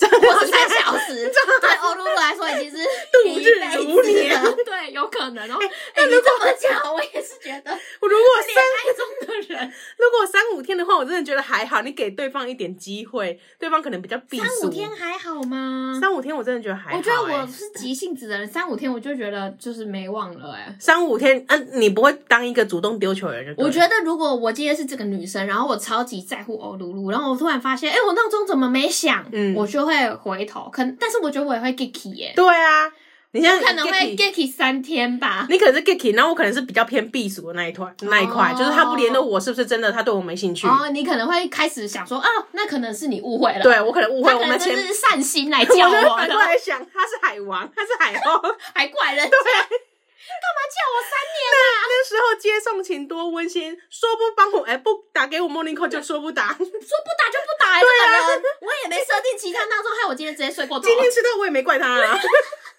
[SPEAKER 2] 我是三小时，对欧露露来说已经是
[SPEAKER 3] 啊度日
[SPEAKER 2] 一辈子
[SPEAKER 3] 如年
[SPEAKER 2] 了。
[SPEAKER 1] 对，有可能哦。
[SPEAKER 2] 哎、你这么讲，我也是觉得
[SPEAKER 3] 我如果三
[SPEAKER 1] 爱中的人，
[SPEAKER 3] 如果三五天的话，我真的觉得还好，你给对方一点机会，对方可能比较避暑。
[SPEAKER 2] 三五天，还好吗？
[SPEAKER 3] 三五天我真的觉得还好、
[SPEAKER 2] 我觉得
[SPEAKER 3] 欸
[SPEAKER 2] 我是急性子的人，三五天我就觉得就是没忘了、哎。
[SPEAKER 3] 三五天，嗯、你不会当一个主动丢球的人就对了
[SPEAKER 2] 我觉得如果我今天是这个女生，然后我超级在乎欧露露，然后我突然发现，哎、我闹钟怎么没响？
[SPEAKER 3] 嗯
[SPEAKER 2] 我就会回头，可能但是我觉得我也会 geeky 耶、
[SPEAKER 3] 对啊，你像
[SPEAKER 2] 可能会
[SPEAKER 3] Geki，
[SPEAKER 2] get 三天吧。
[SPEAKER 3] 你可能是 Geki，然后我可能是比较偏避暑的那一块那一块，
[SPEAKER 2] 哦
[SPEAKER 3] 就是他不联络我，是不是真的他对我没兴趣？
[SPEAKER 2] 哦，你可能会开始想说，哦，那可能是你误会了，，
[SPEAKER 3] 对我可能误会，
[SPEAKER 2] 他
[SPEAKER 3] 我
[SPEAKER 2] 可能
[SPEAKER 3] 们
[SPEAKER 2] 真
[SPEAKER 3] 前
[SPEAKER 2] 的是善心来
[SPEAKER 3] 我就
[SPEAKER 2] 叫
[SPEAKER 3] 会
[SPEAKER 2] 我
[SPEAKER 3] 反
[SPEAKER 2] 的
[SPEAKER 3] 过，来想，他是海王， 他是海后，
[SPEAKER 2] 还怪人，
[SPEAKER 3] 对。
[SPEAKER 2] 干
[SPEAKER 3] 那时候接送情多温馨，说不帮我，哎、不打给我莫妮蔻就说不
[SPEAKER 2] 哦
[SPEAKER 3] 打。
[SPEAKER 2] 嘛叫我打哎这个人？我也没设定其他闹钟，害我今天直接睡过头。
[SPEAKER 3] 啊今天吃到我也没怪 他啊，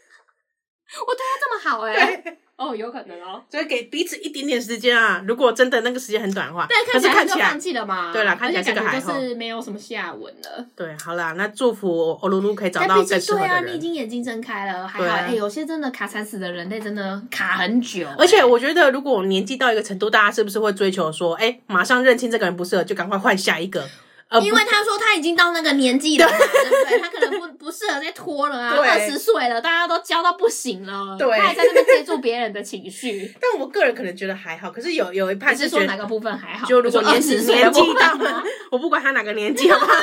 [SPEAKER 2] 我对他这么好哎，哦，有可能哦。
[SPEAKER 3] 所以给彼此一点点时间啊。如果真的那个时间很短的话，
[SPEAKER 2] 但
[SPEAKER 3] 可
[SPEAKER 2] 看起
[SPEAKER 3] 是
[SPEAKER 2] 来他
[SPEAKER 3] 看起
[SPEAKER 2] 就
[SPEAKER 3] 来
[SPEAKER 2] 放弃了嘛，
[SPEAKER 3] 对啦
[SPEAKER 2] 而且
[SPEAKER 3] 看起来是个
[SPEAKER 2] 感觉
[SPEAKER 3] 海后
[SPEAKER 2] 就是没有什么下文了。
[SPEAKER 3] 对，好啦，那祝福欧露露可以找
[SPEAKER 2] 但
[SPEAKER 3] 到
[SPEAKER 2] 毕
[SPEAKER 3] 更
[SPEAKER 2] 竟
[SPEAKER 3] 适合
[SPEAKER 2] 对啊，
[SPEAKER 3] 的
[SPEAKER 2] 你已
[SPEAKER 3] 人。
[SPEAKER 2] 经眼睛睁开了，还好
[SPEAKER 3] 对啊
[SPEAKER 2] 哎、有些真的卡惨死的人类真的卡很久、哎
[SPEAKER 3] 而且我觉得，如果我年纪到一个程度，大家是不是会追求说，哎、马上认清这个人不适合，就赶快换下一个？呃，
[SPEAKER 2] 因
[SPEAKER 3] 不
[SPEAKER 2] 为他说他已经到那个年纪了嘛，对不对？他可能不不适合再拖了啊，
[SPEAKER 3] 对
[SPEAKER 2] 二十岁了，大家都教到不行了，
[SPEAKER 3] 对。
[SPEAKER 2] 他还在那边接住别人的情 绪
[SPEAKER 3] 但我个人可能觉得还好，可是有有一派
[SPEAKER 2] 你是
[SPEAKER 3] 觉
[SPEAKER 2] 说
[SPEAKER 3] 得
[SPEAKER 2] 哪个部分还好？
[SPEAKER 3] 就如果年
[SPEAKER 2] 二
[SPEAKER 3] 纪
[SPEAKER 2] 十岁
[SPEAKER 3] 年
[SPEAKER 2] 的部
[SPEAKER 3] 纪
[SPEAKER 2] 分
[SPEAKER 3] 大
[SPEAKER 2] 吗，
[SPEAKER 3] 我不管他哪个年纪，好不好？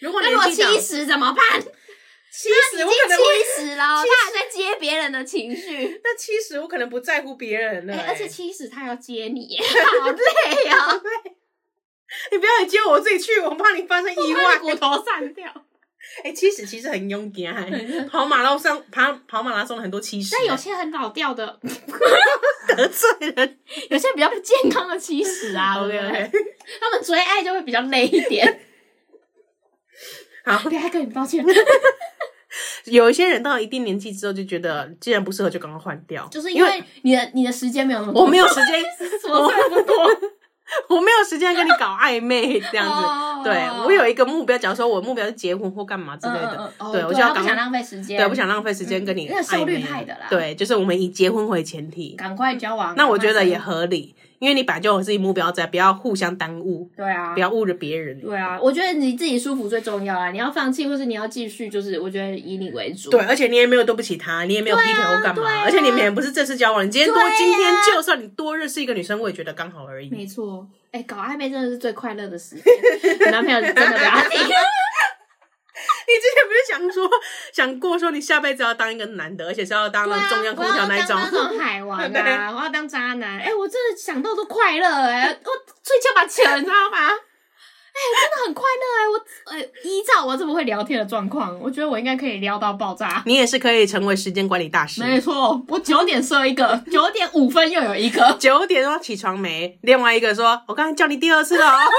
[SPEAKER 3] 如果
[SPEAKER 2] 那
[SPEAKER 3] 年
[SPEAKER 2] 如果
[SPEAKER 3] 纪大，
[SPEAKER 2] 七十怎么办？已
[SPEAKER 3] 七十，我可
[SPEAKER 2] 经
[SPEAKER 3] 能会
[SPEAKER 2] 七十了，他还在接别人的情绪。
[SPEAKER 3] 那七十我可能不在乎别人了、
[SPEAKER 2] 哎、
[SPEAKER 3] 欸
[SPEAKER 2] 而且七十他要接你 耶，好累啊、哦！
[SPEAKER 3] 你不要来接我，我自己去，我怕你发生意
[SPEAKER 2] 怕
[SPEAKER 3] 外
[SPEAKER 2] 你。骨头散掉。
[SPEAKER 3] 哎，七十其实很勇敢、欸，跑马拉松跑跑马拉松的很多七十、
[SPEAKER 2] 但有些很老掉的，
[SPEAKER 3] 得罪人。
[SPEAKER 2] 有些比较健康的七十 啊
[SPEAKER 3] OK
[SPEAKER 2] 对不对
[SPEAKER 3] OK，
[SPEAKER 2] 他们追爱就会比较累一点。
[SPEAKER 3] 好，
[SPEAKER 2] 对，还跟你抱歉，
[SPEAKER 3] 有一些人到一定年纪之后就觉得，既然不适合就赶快换掉，
[SPEAKER 2] 就是因
[SPEAKER 3] 因
[SPEAKER 2] 为你的你的时间没有那么多，
[SPEAKER 3] 我没有时 间，
[SPEAKER 2] 所剩不多，
[SPEAKER 3] 我没有时间跟你搞暧昧 这样子。
[SPEAKER 2] 哦
[SPEAKER 3] 对我有一个目标，假如说我目标是结婚或干嘛之类的，
[SPEAKER 2] 嗯嗯嗯
[SPEAKER 3] 对
[SPEAKER 2] 哦
[SPEAKER 3] 我就
[SPEAKER 2] 对啊
[SPEAKER 3] 要
[SPEAKER 2] 不
[SPEAKER 3] 赶
[SPEAKER 2] 想浪费时间，
[SPEAKER 3] 对，不想浪费时间跟你
[SPEAKER 2] 那个效
[SPEAKER 3] 暧
[SPEAKER 2] 率
[SPEAKER 3] 昧
[SPEAKER 2] 派的啦
[SPEAKER 3] 对，就是我们以结婚为前提，
[SPEAKER 2] 赶快交往。
[SPEAKER 3] 那我觉得也
[SPEAKER 2] 赶快
[SPEAKER 3] 合理，因为你本来就有自己目标在，不要互相耽误，
[SPEAKER 2] 生对啊
[SPEAKER 3] 不。要误着别人。
[SPEAKER 2] 对啊，我觉得你自己舒服最重要啊！你要放弃，或是你要继续，就是我觉得以你为主。
[SPEAKER 3] 对，而且你也没有对不起他，你也没有劈腿
[SPEAKER 2] 啊
[SPEAKER 3] 或干嘛，而且你们也不是正式交往，你今天多、今天就算你多认识一个女生，我也觉得刚好而已。
[SPEAKER 2] 没错，哎、搞暧昧真的是最快乐的时间。我男朋友是真的不要听，
[SPEAKER 3] 你之前不是想说想过说你下辈子要当一个男的，而且是要当
[SPEAKER 2] 对啊
[SPEAKER 3] 中央空调那一种
[SPEAKER 2] 我要，当那种海 王
[SPEAKER 3] 对
[SPEAKER 2] 啊，我要当渣男。哎、我真的想到都快乐哎、我睡觉把起来，你知道吗？ 哎、真的很快乐哎、我呃，依照我这么会聊天的状况，我觉得我应该可以撩到爆炸。
[SPEAKER 3] 你也是可以成为时间管理大师。
[SPEAKER 2] 没错，我九点设一个，九点五分又有一 个，要
[SPEAKER 3] 九点说起床没？另外一个说，我刚才叫你第二次了哦。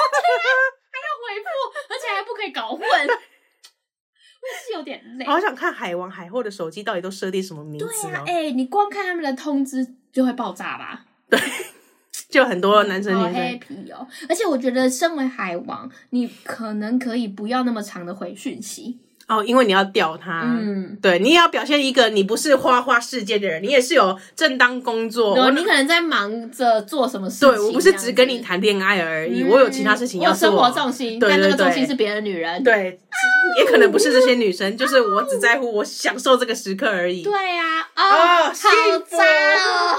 [SPEAKER 2] 回复，而且还不可以搞混， 我是有点累。
[SPEAKER 3] 我好想看海王海后的手机到底都设定什么名字
[SPEAKER 2] 对
[SPEAKER 3] 哦
[SPEAKER 2] 啊，，哎、你光看他们的通知就会爆炸吧？
[SPEAKER 3] 就很多男生
[SPEAKER 2] 好
[SPEAKER 3] 女生
[SPEAKER 2] happy 哦！而且我觉得，身为海王，你可能可以不要那么长的回讯息。
[SPEAKER 3] 哦，因为你要吊他，
[SPEAKER 2] 嗯，
[SPEAKER 3] 对，你也要表现一个你不是花花世界的人，你也是有正当工作。
[SPEAKER 2] 有
[SPEAKER 3] 我
[SPEAKER 2] 啊你可能在忙着做什么事情。
[SPEAKER 3] 对我不是只跟你谈恋爱而
[SPEAKER 2] 这
[SPEAKER 3] 已，
[SPEAKER 2] 样子，
[SPEAKER 3] 我有其他事情
[SPEAKER 2] 嗯我有
[SPEAKER 3] 要做。啊
[SPEAKER 2] 生活重心，
[SPEAKER 3] 对
[SPEAKER 2] 但那个
[SPEAKER 3] 对
[SPEAKER 2] 重心
[SPEAKER 3] 对
[SPEAKER 2] 是别的女人。
[SPEAKER 3] 对，也可能不是这些女生，就是我只在乎我享受这个时刻而已。
[SPEAKER 2] 对呀，
[SPEAKER 3] 哦
[SPEAKER 2] 哦，好
[SPEAKER 3] 幸福
[SPEAKER 2] 渣哦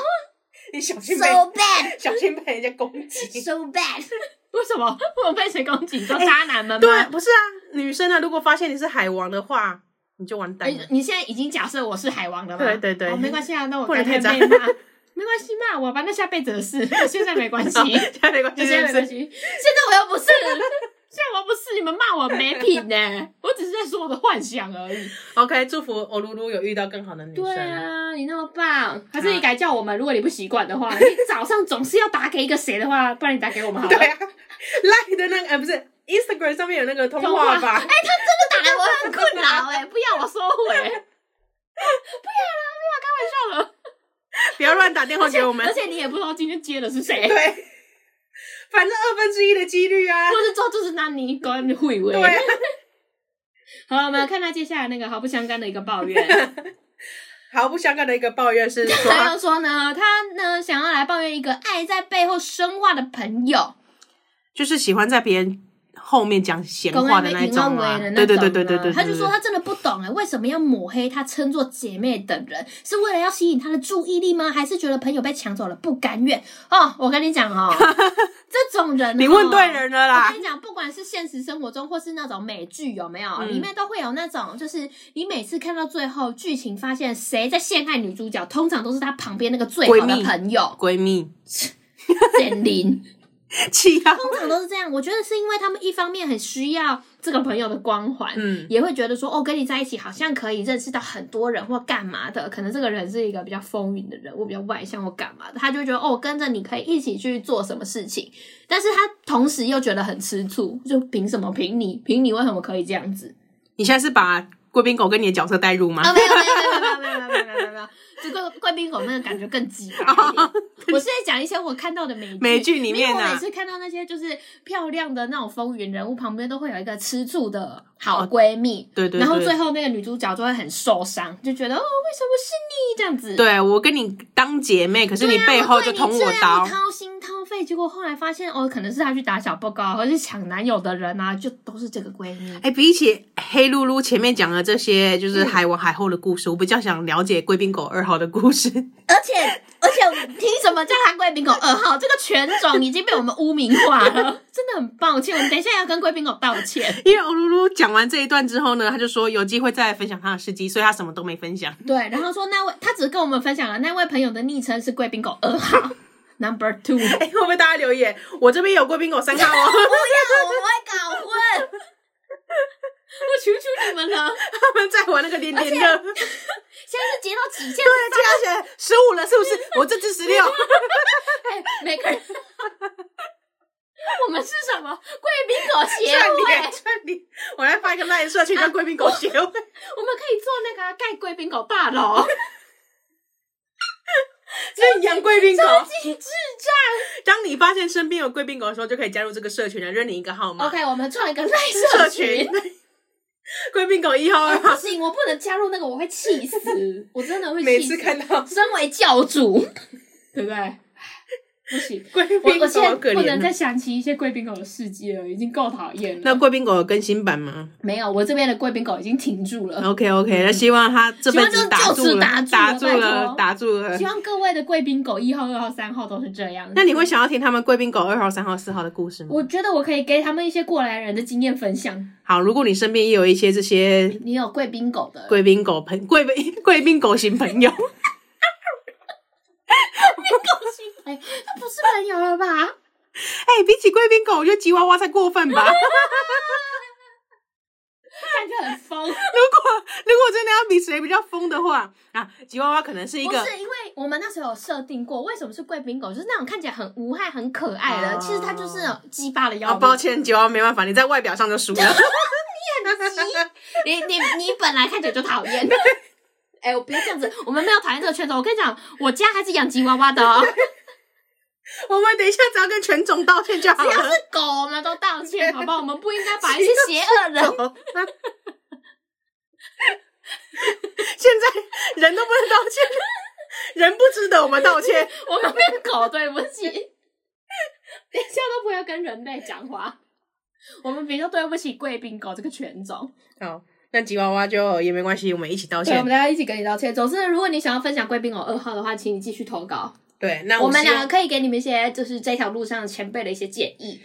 [SPEAKER 3] 你小心被
[SPEAKER 4] ，so bad，so
[SPEAKER 3] 小心被人家攻击。
[SPEAKER 4] bad，
[SPEAKER 2] 为什么我被谁攻击？ 你说渣男们吗？
[SPEAKER 3] 对，不是啊，女生呢，如果发现你是海王的话，你就完蛋了
[SPEAKER 2] 哎。你现在已经假设我是海王了吗？
[SPEAKER 3] 对对对
[SPEAKER 2] 哦没 关系啊，那我
[SPEAKER 3] 不能
[SPEAKER 2] 改
[SPEAKER 3] 太
[SPEAKER 2] 天
[SPEAKER 3] 渣
[SPEAKER 2] 被骂，没关系骂我吧，那下辈子的 事，现在没关系
[SPEAKER 3] 好，哦现在没关 系，
[SPEAKER 2] 现在没关
[SPEAKER 3] 系。
[SPEAKER 2] 系，现在我又不是，现在我又不是，你们骂我没品呢、我只是在说我的幻想而已。
[SPEAKER 3] OK，祝福欧露露有遇到更好的女生。
[SPEAKER 2] 对啊，你那么棒，还是你改叫我们？如果你不习惯的话，你早上总是要打给一个谁的话，不然你打给我们好了。
[SPEAKER 3] 对啊，Line 的那个，呃，不是 Instagram 上面有那个通
[SPEAKER 2] 通话
[SPEAKER 3] 话吧？
[SPEAKER 2] 打来我很困扰哎、不要我收 回，不要啦，不要开玩笑了。
[SPEAKER 3] 不要乱打电话给我们
[SPEAKER 2] 而。且你也不知道今天接的是 谁，
[SPEAKER 3] 对，反正二分之一的几率啊
[SPEAKER 2] 或。是之后就是那你跟会位。
[SPEAKER 3] 对啊，
[SPEAKER 2] 好了，我们来看他接下来那个毫不相干的一个抱 怨。
[SPEAKER 3] 毫不相干的一个抱怨是 说，
[SPEAKER 2] 他又说呢，他呢想要来抱怨一个爱在背后生化的朋友，
[SPEAKER 3] 就是喜欢在别人后面讲闲话的那一种啊，
[SPEAKER 2] 的
[SPEAKER 3] 对对对对对对对，
[SPEAKER 2] 他就说
[SPEAKER 3] 对
[SPEAKER 2] 他真的不懂哎、为什么要抹黑她称作姐妹等人？是为了要吸引她的注意力吗？还是觉得朋友被抢走了不甘愿？哦，我跟你讲 哦，这种人、哦，
[SPEAKER 3] 你问对啊人了
[SPEAKER 2] 我
[SPEAKER 3] 啦
[SPEAKER 2] 跟，你讲，不管是现实生活中，或是那种美剧，有没有、
[SPEAKER 3] 嗯
[SPEAKER 2] 里面都会有那种，就是你每次看到最后剧情，发现谁在陷害女主角，通常都是她旁边那个最好
[SPEAKER 3] 闺
[SPEAKER 2] 的
[SPEAKER 3] 蜜
[SPEAKER 2] 朋友
[SPEAKER 3] 闺蜜
[SPEAKER 2] 简玲，
[SPEAKER 3] 气到，
[SPEAKER 2] 通常都是这样。我觉得是因为他们一方面很需要这个朋友的光环，
[SPEAKER 3] 嗯，
[SPEAKER 2] 也会觉得说，哦，跟你在一起好像可以认识到很多人或干嘛的，可能这个人是一个比较风云的人，我比较外向或干嘛的，他就会觉得哦，跟着你可以一起去做什么事情，但是他同时又觉得很吃醋，就凭什么凭你，凭你为什么可以这样子？
[SPEAKER 3] 你现在是把贵宾狗跟你的角色带入吗？
[SPEAKER 2] 啊，没有没有没有没有没有没有没有没有没有，就贵贵宾狗那个感觉更激烈。我现在讲一些我看到的美
[SPEAKER 3] 哦美剧里面
[SPEAKER 2] 因为我
[SPEAKER 3] 啊
[SPEAKER 2] 每次看到那些就是漂亮的那种风云人物旁边都会有一个吃醋的好闺蜜，
[SPEAKER 3] 哦对对对
[SPEAKER 2] 然后最后那个女主角就会很受伤，就觉得哦，为什么是你这样子？
[SPEAKER 3] 对我跟你当姐妹，可是
[SPEAKER 2] 对啊，
[SPEAKER 3] 背后就捅
[SPEAKER 2] 我对你这
[SPEAKER 3] 刀
[SPEAKER 2] 样，掏心掏肺，结果后来发现哦，可能是她去打小报告，啊或是抢男友的人啊，就都是这个闺蜜。
[SPEAKER 3] 哎、比起黑噜噜前面讲的这些，就是海王海后的故事，我比较想了解贵宾狗二号的故事。
[SPEAKER 4] 而且而且
[SPEAKER 2] 凭什么叫他贵宾狗二号？这个犬种已经被我们污名化了， 真的很抱歉。我们等一下要跟贵宾狗道歉。
[SPEAKER 3] 因为欧噜噜讲完这一段之后呢，他就说有机会再来分享他的事迹，所以他什么都没分享。
[SPEAKER 2] 对，然后说那位他只跟我们分享了那位朋友的昵称是贵宾狗二 号，Number Two。
[SPEAKER 3] 哎、会不会大家留言？我这边有贵宾狗三号哦，
[SPEAKER 2] 我不会搞混，我求求你们了！
[SPEAKER 3] 他们在玩那个连连乐，对，
[SPEAKER 2] 现在是截到几件？
[SPEAKER 3] 接下来十五了是不是？我这只十六，
[SPEAKER 2] 哎，每个人，我们是什么贵宾狗协
[SPEAKER 3] 串
[SPEAKER 2] 会？
[SPEAKER 3] 联串联，我来发一个赖社去叫贵宾狗协会。
[SPEAKER 2] 我 们可以做那个啊盖贵宾狗大楼，
[SPEAKER 3] 认养贵宾狗。
[SPEAKER 2] 机智
[SPEAKER 3] 当你发现身边有贵宾狗的时候，就可以加入这个社群了，认领一个号码。
[SPEAKER 2] OK，我们创一个赖
[SPEAKER 3] 社
[SPEAKER 2] 哦社
[SPEAKER 3] 群
[SPEAKER 2] 群。
[SPEAKER 3] 贵宾狗一号啊二
[SPEAKER 2] 不
[SPEAKER 3] 号，
[SPEAKER 2] 行，我不能加入那个，我会气死， 我真的会
[SPEAKER 3] 每
[SPEAKER 2] 气
[SPEAKER 3] 次
[SPEAKER 2] 死。
[SPEAKER 3] 看到
[SPEAKER 2] 身为教主，对不对？不行，
[SPEAKER 3] 贵宾
[SPEAKER 2] 我
[SPEAKER 3] 狗
[SPEAKER 2] 我现在
[SPEAKER 3] 好可
[SPEAKER 2] 不能
[SPEAKER 3] 怜
[SPEAKER 2] 再
[SPEAKER 3] 啊。
[SPEAKER 2] 想起一些贵宾狗的事迹了，已经够讨厌了。
[SPEAKER 3] 那贵宾狗有更新版吗
[SPEAKER 2] 没有，我这边的贵宾狗已经停住了。
[SPEAKER 3] ？OK OK，那希望它这辈子打住
[SPEAKER 2] 嗯希望就
[SPEAKER 3] 了，
[SPEAKER 2] 是
[SPEAKER 3] 打
[SPEAKER 2] 就
[SPEAKER 3] 住
[SPEAKER 2] 此
[SPEAKER 3] 了，打
[SPEAKER 2] 打
[SPEAKER 3] 住了
[SPEAKER 2] 希。望各位的贵宾狗一号、二号、三号都是这样。
[SPEAKER 3] 那你会想要听他们贵宾狗二号、三号、四号的故事吗？
[SPEAKER 2] 我觉得我可以给他们一些过来人的经验分享。
[SPEAKER 3] 好，如果你身边也有一些这些
[SPEAKER 2] 你有贵宾狗的，
[SPEAKER 3] 贵宾狗朋贵宾贵宾狗型朋友，
[SPEAKER 2] 哎，那不是朋友了吧？
[SPEAKER 3] 哎、比起贵宾狗，我觉得吉娃娃才过分吧。
[SPEAKER 2] 感觉很疯。
[SPEAKER 3] 如果如果真的要比谁比较疯的话啊，吉娃娃可能是一
[SPEAKER 2] 不
[SPEAKER 3] 个啊
[SPEAKER 2] 是因为我们那时候有设定过，为什么是贵宾狗，就是那种看起来很无害、很可爱的，
[SPEAKER 3] 哦
[SPEAKER 2] 其实它就是那种鸡巴的
[SPEAKER 3] 啊，
[SPEAKER 2] 妖
[SPEAKER 3] 抱
[SPEAKER 2] 魔。
[SPEAKER 3] 歉，吉娃娃没办法，你在外表上就输 了。
[SPEAKER 2] 你你你本来看起来就讨 厌。哎、我不要这样子，我们没有讨厌这个圈子。我跟你讲，我家还是养吉娃娃的 哦，
[SPEAKER 3] 我们等一下只要跟全总道歉就好
[SPEAKER 2] 只要是
[SPEAKER 3] 了。
[SPEAKER 2] 狗，我们都道歉，好不好？我们不应该把一些邪恶 人，
[SPEAKER 3] 现在人都不能道歉，人不值得我们道歉。
[SPEAKER 2] 我们跟狗对不起，等一下都不要跟人类讲话。我们比较对不起贵宾狗这个犬种。
[SPEAKER 3] 好，那吉娃娃就也没关系，我们一起道
[SPEAKER 2] 对，我
[SPEAKER 3] 歉
[SPEAKER 2] 们。大家一起跟你道歉。总之，如果你想要分享贵宾狗二号的话，请你继续投稿。
[SPEAKER 3] 对，那
[SPEAKER 2] 我们
[SPEAKER 3] 希望
[SPEAKER 2] 两个可以给你们一些，就是这条路上前辈的一些建议。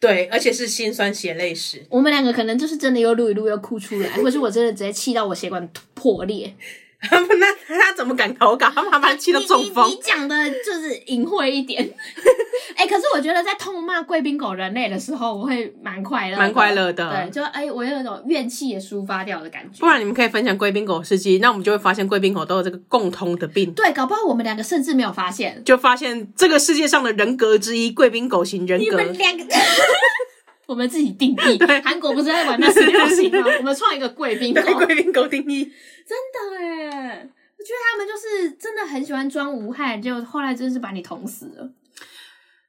[SPEAKER 3] 对，而且是心酸血泪史。
[SPEAKER 2] 我们两个可能就是真的又录一录又哭出来，或是我真的直接气到我血管破裂。
[SPEAKER 3] 他们那他怎么敢投稿？他把他气到中
[SPEAKER 2] 你你
[SPEAKER 3] 风
[SPEAKER 2] 你。讲的就是隐晦一点。 哎、可是我觉得在痛骂贵宾狗人类的时候，我会蛮快乐的，
[SPEAKER 3] 蛮快乐的
[SPEAKER 2] 对，就哎、我有那种怨气也抒发掉的感觉。
[SPEAKER 3] 不然你们可以分享贵宾狗事迹，那我们就会发现贵宾狗都有这个共通的病，
[SPEAKER 2] 对，搞不好我们两个甚至没有发现。
[SPEAKER 3] 就发现这个世界上的人格之一——贵宾狗型人
[SPEAKER 2] 你
[SPEAKER 3] 格。
[SPEAKER 2] 们两 个， 我们自己定义。韩国不是在玩那十六型吗？我们创一个贵宾狗，
[SPEAKER 3] 对贵
[SPEAKER 2] 真
[SPEAKER 3] 宾狗定义，
[SPEAKER 2] 的哎。我觉得他们就是真的很喜欢装无害，结果后来真是把你捅死了。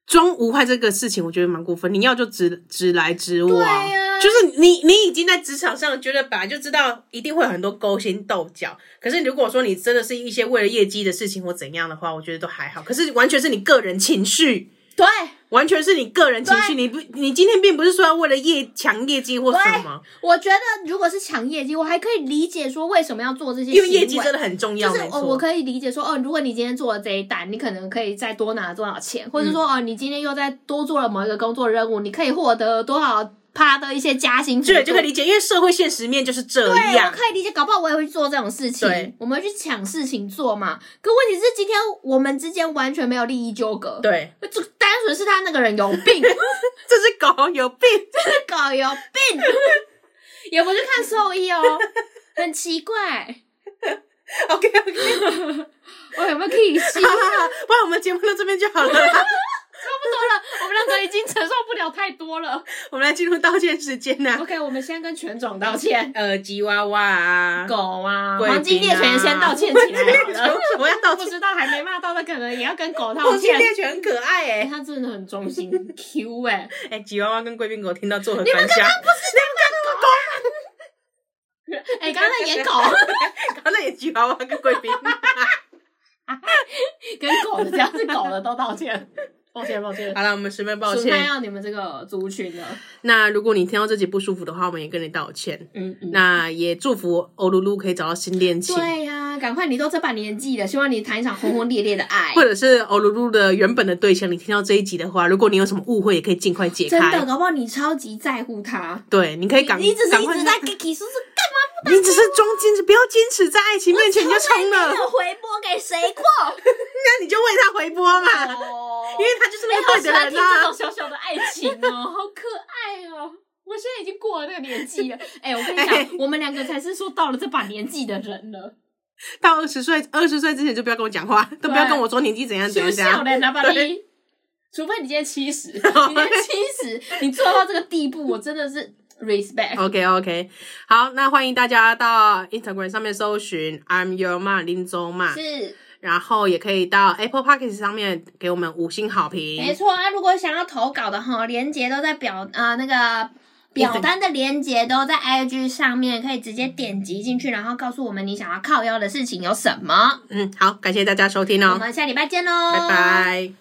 [SPEAKER 3] 装无害这个事情，我觉得蛮过分。你要就直直来直往，
[SPEAKER 2] 对啊
[SPEAKER 3] 就是你你已经在职场上觉得本来就知道一定会有很多勾心斗角，可是如果说你真的是一些为了业绩的事情或怎样的话，我觉得都还好。可是完全是你个人情绪，
[SPEAKER 2] 对，
[SPEAKER 3] 完全是你个人情绪，
[SPEAKER 2] 对
[SPEAKER 3] 你不，你今天并不是说要为了业抢业绩或什么，
[SPEAKER 2] 我觉得如果是抢业绩，我还可以理解说为什么要做这些行为，
[SPEAKER 3] 因为业绩真的很重要，
[SPEAKER 2] 就是
[SPEAKER 3] 没
[SPEAKER 2] 哦，
[SPEAKER 3] 错。
[SPEAKER 2] 我可以理解说，哦，如果你今天做了这一单，你可能可以再多拿多少钱，或者说，哦，你今天又再多做了某一个工作任务，你可以获得多少趴的一些加薪幅度，
[SPEAKER 3] 对，就可以理解，因为社会现实面就是这
[SPEAKER 2] 对，我
[SPEAKER 3] 样
[SPEAKER 2] 可。以理解，搞不好我也会去做这种事
[SPEAKER 3] 对
[SPEAKER 2] 情，我们会去抢事情做嘛。可问题是，今天我们之间完全没有利益纠葛，，
[SPEAKER 3] 对，
[SPEAKER 2] 就单纯是他那个人有 病，
[SPEAKER 3] 这只狗 有病。
[SPEAKER 2] 狗有病， 也不去看兽医哦，很奇怪，
[SPEAKER 3] OK OK，
[SPEAKER 2] 我有没有可以吸？
[SPEAKER 3] 好好好，不然我们节目到这边就好了。
[SPEAKER 1] 我们两个已经承受不了太多了。
[SPEAKER 3] 我们来进入道歉时间啊呐、
[SPEAKER 2] OK，我们先跟犬种道 歉，
[SPEAKER 3] 呃，吉娃娃啊，
[SPEAKER 2] 狗啊，
[SPEAKER 3] 贵宾啊
[SPEAKER 2] 黄金猎犬先道歉起来好 了。
[SPEAKER 3] 为 什么要道
[SPEAKER 2] 不
[SPEAKER 3] 歉？
[SPEAKER 2] 知道还没骂到的，可能也要跟狗道
[SPEAKER 3] 黄金
[SPEAKER 2] 歉。
[SPEAKER 3] 猎犬很可爱哎、
[SPEAKER 2] 哎、它真的很忠心 ，Q 哎、
[SPEAKER 3] 哎、吉娃娃跟贵宾狗听到作何感想？
[SPEAKER 2] 哎、刚刚在演狗，
[SPEAKER 3] 刚刚那也吉娃娃跟贵 宾，
[SPEAKER 2] 跟狗的只要是狗的都道歉， 抱歉抱歉，
[SPEAKER 3] 好了，我们十 分抱
[SPEAKER 2] 损害
[SPEAKER 3] 歉。
[SPEAKER 2] 到你们这个族群了。
[SPEAKER 3] 那如果你听到这集不舒服的话，我们也跟你道歉。
[SPEAKER 2] 嗯嗯，
[SPEAKER 3] 那也祝福欧露露可以找到新恋情，
[SPEAKER 2] 对呀、赶快你都这把年纪了，希望你谈一场轰轰烈烈的爱
[SPEAKER 3] 或。者是欧露露的原本的对象。你听到这一集的话，如果你有什么误会，也可以尽快解
[SPEAKER 2] 真的，
[SPEAKER 3] 开。
[SPEAKER 2] 搞不好你超级在乎他，
[SPEAKER 3] 对，你可以赶
[SPEAKER 2] 你只是
[SPEAKER 3] 赶
[SPEAKER 2] 一
[SPEAKER 3] 快
[SPEAKER 2] 直
[SPEAKER 3] 去
[SPEAKER 2] 在给 Kiki 叔叔
[SPEAKER 3] 你只是装矜持，不要矜持，在爱情面前你就冲了，
[SPEAKER 2] 哦
[SPEAKER 4] 有回拨给谁过？
[SPEAKER 3] 那你就为他回拨嘛，
[SPEAKER 2] 哦
[SPEAKER 3] 因为他就是那个对
[SPEAKER 1] 好喜
[SPEAKER 3] 的
[SPEAKER 1] 欢
[SPEAKER 3] 人
[SPEAKER 1] 听这
[SPEAKER 3] 啦、
[SPEAKER 1] 种小小的爱情
[SPEAKER 2] 哦， 好可爱哦！我现在已经过了那个年 纪了。哎、我跟你讲，我们两个才是说到了这把年纪的人了，
[SPEAKER 3] 到二十岁，二十岁之前就不要跟我讲话，都不要跟我说年纪怎样怎
[SPEAKER 2] 是不
[SPEAKER 3] 样
[SPEAKER 2] 是
[SPEAKER 3] 怎
[SPEAKER 2] 笑
[SPEAKER 3] 样。
[SPEAKER 2] 脸啊，把你
[SPEAKER 3] 对。
[SPEAKER 2] 除非你今天七十，你今 天七十，你做到这个地步，我真的是 respect。
[SPEAKER 3] OK OK，好，那欢迎大家到 Instagram 上面搜寻 I'm Your Ma 林州嘛，
[SPEAKER 2] 是
[SPEAKER 3] 然后也可以到 Apple p o c k e t 上面给我们五星好
[SPEAKER 2] 没
[SPEAKER 3] 评。
[SPEAKER 2] 错啊，如果想要投稿的哈，连接都在表啊、那个
[SPEAKER 4] 表单的连接都在 IG 上面，可以直接点击进去，然后告诉我们你想要靠腰的事情有什么。
[SPEAKER 3] 嗯，好，感谢大家收听
[SPEAKER 4] 我
[SPEAKER 3] 哦，
[SPEAKER 4] 们下礼拜见喽，
[SPEAKER 3] 拜拜。